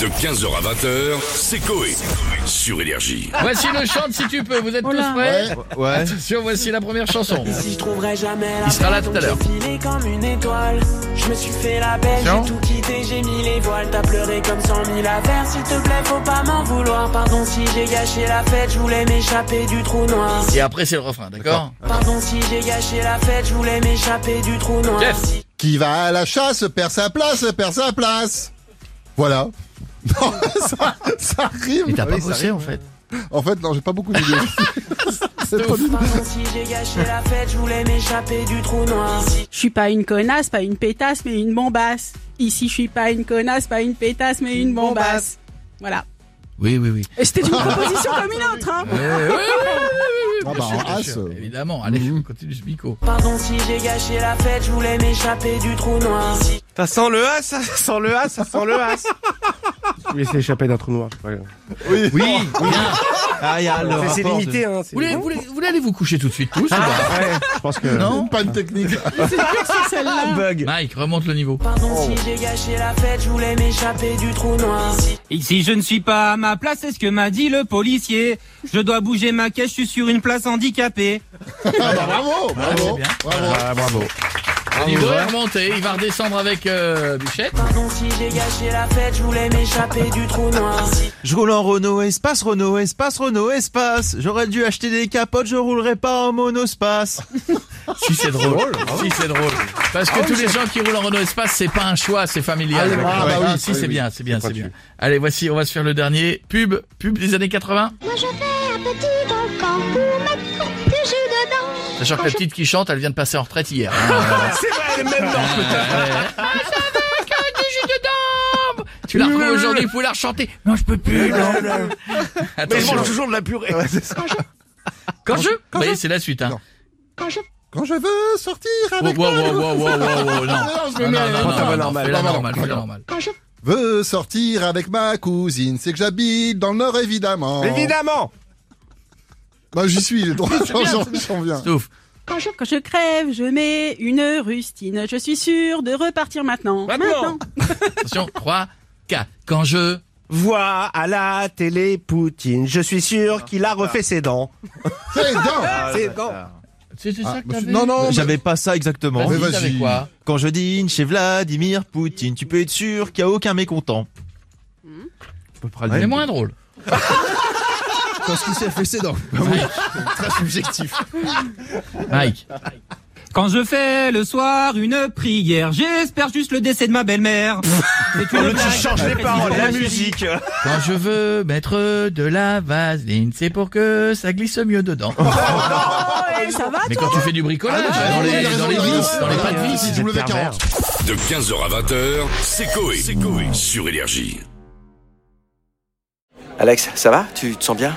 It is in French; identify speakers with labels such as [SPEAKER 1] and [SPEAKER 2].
[SPEAKER 1] De 15h à 20h, c'est Coé. Sur Énergie.
[SPEAKER 2] Ah,
[SPEAKER 3] Voici le chante si tu peux, vous êtes tous prêts
[SPEAKER 4] Ouais.
[SPEAKER 3] Attention, voici la première chanson.
[SPEAKER 5] Si je trouverai jamais la
[SPEAKER 3] Il sera là
[SPEAKER 5] paix,
[SPEAKER 3] tout à
[SPEAKER 5] donc
[SPEAKER 3] l'heure.
[SPEAKER 5] J'ai filé comme une étoile. Je me suis fait la belle,
[SPEAKER 3] Tiens.
[SPEAKER 5] j'ai tout quitté, j'ai mis les voiles. T'as pleuré comme cent mille affaires. S'il te plaît, faut pas m'en vouloir. Pardon si j'ai gâché la fête, je voulais m'échapper du trou noir.
[SPEAKER 3] Et après c'est le refrain, d'accord
[SPEAKER 5] Pardon si j'ai gâché la fête, je voulais m'échapper du trou noir.
[SPEAKER 3] Jeff.
[SPEAKER 5] Si-
[SPEAKER 4] Qui va à la chasse perd sa place, perd sa place. Voilà. Non, ça, ça rime.
[SPEAKER 3] Mais t'as
[SPEAKER 4] Ah
[SPEAKER 3] pas
[SPEAKER 4] oui, ça
[SPEAKER 3] bossé
[SPEAKER 4] rime.
[SPEAKER 3] en fait.
[SPEAKER 4] En fait, non, j'ai pas beaucoup d'idées. C'est pas du-
[SPEAKER 5] Pardon si j'ai gâché la fête, je voulais m'échapper du trou noir.
[SPEAKER 6] Je suis pas une connasse, pas une pétasse, mais une bombasse. Ici, je suis pas une connasse, pas une pétasse, mais une bombasse. Voilà.
[SPEAKER 3] Oui, oui, oui.
[SPEAKER 6] Et C'était une proposition comme une autre, hein.
[SPEAKER 4] Ah bah, en as, euh,
[SPEAKER 3] Évidemment, allez, on continue ce bico.
[SPEAKER 5] Pardon si j'ai gâché la fête, je voulais m'échapper du trou noir.
[SPEAKER 2] Ça sent le as, ça sent le as, ça sent le as. Je vais essayer échapper d'un trou noir.
[SPEAKER 3] Oui,
[SPEAKER 2] Ah, y a le C'est limité, hein.
[SPEAKER 3] vous, voulez, vous, voulez, vous voulez aller vous coucher tout de suite tous
[SPEAKER 4] Ah,
[SPEAKER 3] ou pas
[SPEAKER 2] je pense que.
[SPEAKER 3] Non
[SPEAKER 4] Pas une technique.
[SPEAKER 6] C'est sûr que c'est celle-là.
[SPEAKER 2] Bug.
[SPEAKER 3] Mike, remonte le niveau.
[SPEAKER 5] Pardon si
[SPEAKER 3] Oh.
[SPEAKER 5] j'ai gâché la fête, je voulais m'échapper du trou noir.
[SPEAKER 7] Et si je ne suis pas à ma place, c'est ce que m'a dit le policier. Je dois bouger ma caisse, je suis sur une place handicapée.
[SPEAKER 4] Ah bah, bravo,
[SPEAKER 3] c'est
[SPEAKER 4] bravo,
[SPEAKER 3] bien.
[SPEAKER 4] bravo.
[SPEAKER 2] bravo.
[SPEAKER 3] Le niveau est remonté, il va redescendre avec euh, Bichette.
[SPEAKER 5] Pardon si j'ai gâché la fête, je voulais m'échapper du trou noir.
[SPEAKER 2] Je roule en Renault, espace Renault, espace Renault, espace. J'aurais dû acheter des capotes, je roulerai pas en monospace.
[SPEAKER 3] Si c'est drôle. si c'est drôle. Parce que tous les gens qui roulent en Renault Espace, c'est pas un choix, c'est familial.
[SPEAKER 4] Ah, oui, ah, bah oui,
[SPEAKER 3] si
[SPEAKER 4] oui,
[SPEAKER 3] c'est
[SPEAKER 4] oui.
[SPEAKER 3] bien, c'est bien, c'est bien. Allez, voici, on va se faire le dernier pub, pub des années 80.
[SPEAKER 8] Moi je fais un petit volcan pour mettre du jus dedans.
[SPEAKER 3] Sachant que la petite qui chante, elle vient de passer en retraite hier. Ah, hein.
[SPEAKER 2] C'est vrai, elle est même dans
[SPEAKER 8] Ah,
[SPEAKER 3] Tu l'as retrouvée aujourd'hui pour la chanter. Non, je peux plus. non. Attention.
[SPEAKER 2] toujours de la purée.
[SPEAKER 3] Quand je, vous voyez, c'est la suite. Hein.
[SPEAKER 4] Non.
[SPEAKER 8] Quand je
[SPEAKER 4] Quand je veux sortir
[SPEAKER 3] Wow,
[SPEAKER 4] avec
[SPEAKER 3] wow,
[SPEAKER 4] toi,
[SPEAKER 3] wow, wow, wow, wow, wow, non.
[SPEAKER 4] Ah Non, je me
[SPEAKER 3] Non, non,
[SPEAKER 4] mets-
[SPEAKER 3] non,
[SPEAKER 4] Prends ta
[SPEAKER 3] non,
[SPEAKER 4] voix
[SPEAKER 3] non,
[SPEAKER 4] normale.
[SPEAKER 3] fais-la
[SPEAKER 4] Non, non,
[SPEAKER 3] normale,
[SPEAKER 4] non,
[SPEAKER 3] fais-la
[SPEAKER 4] non.
[SPEAKER 3] normale.
[SPEAKER 4] veux sortir avec ma cousine, c'est que j'habite dans le nord évidemment.
[SPEAKER 2] Oh. Évidemment.
[SPEAKER 4] Bah j'y suis, j'ai le droit, j'en j'en viens.
[SPEAKER 3] C'est ouf.
[SPEAKER 6] Quand je crève, je mets une rustine. Je suis sûre de repartir maintenant.
[SPEAKER 2] Maintenant.
[SPEAKER 3] Attention, 3, 4. Quand je...
[SPEAKER 2] Vois à la télé Poutine. Je suis sûr qu'il a refait ses dents.
[SPEAKER 4] C'est dingue.
[SPEAKER 2] Ses dents.
[SPEAKER 3] C'était ça que t'avais
[SPEAKER 4] Non non, mais-
[SPEAKER 9] J'avais pas ça exactement.
[SPEAKER 3] Vas-y,
[SPEAKER 4] Mais
[SPEAKER 3] t'avais
[SPEAKER 4] vas-y.
[SPEAKER 3] quoi
[SPEAKER 9] Quand je dîne chez Vladimir Poutine, tu peux être sûr qu'il n'y a aucun mécontent.
[SPEAKER 3] Mais moins drôle.
[SPEAKER 9] Quand ce qui s'est fait, c'est dans.
[SPEAKER 4] très subjectif.
[SPEAKER 3] Mike.
[SPEAKER 7] Quand je fais le soir une prière, j'espère juste le décès de ma belle-mère. C'est une blague.
[SPEAKER 2] musique.
[SPEAKER 3] Quand je veux mettre de la vaseline, c'est pour que ça glisse mieux dedans.
[SPEAKER 6] Ouais, Oh, ça va,
[SPEAKER 3] Mais quand tu fais du bricolage,
[SPEAKER 4] Ah,
[SPEAKER 3] dans les,
[SPEAKER 4] oui, il a raison,
[SPEAKER 3] dans les
[SPEAKER 4] il a raison,
[SPEAKER 3] vis, dans les
[SPEAKER 4] il a
[SPEAKER 3] pas de
[SPEAKER 4] raison.
[SPEAKER 3] vis.
[SPEAKER 4] W40.
[SPEAKER 2] pervers.
[SPEAKER 1] De 15h à 20h, c'est Coé. Sur Énergie.
[SPEAKER 10] Alex, ça va Tu te sens bien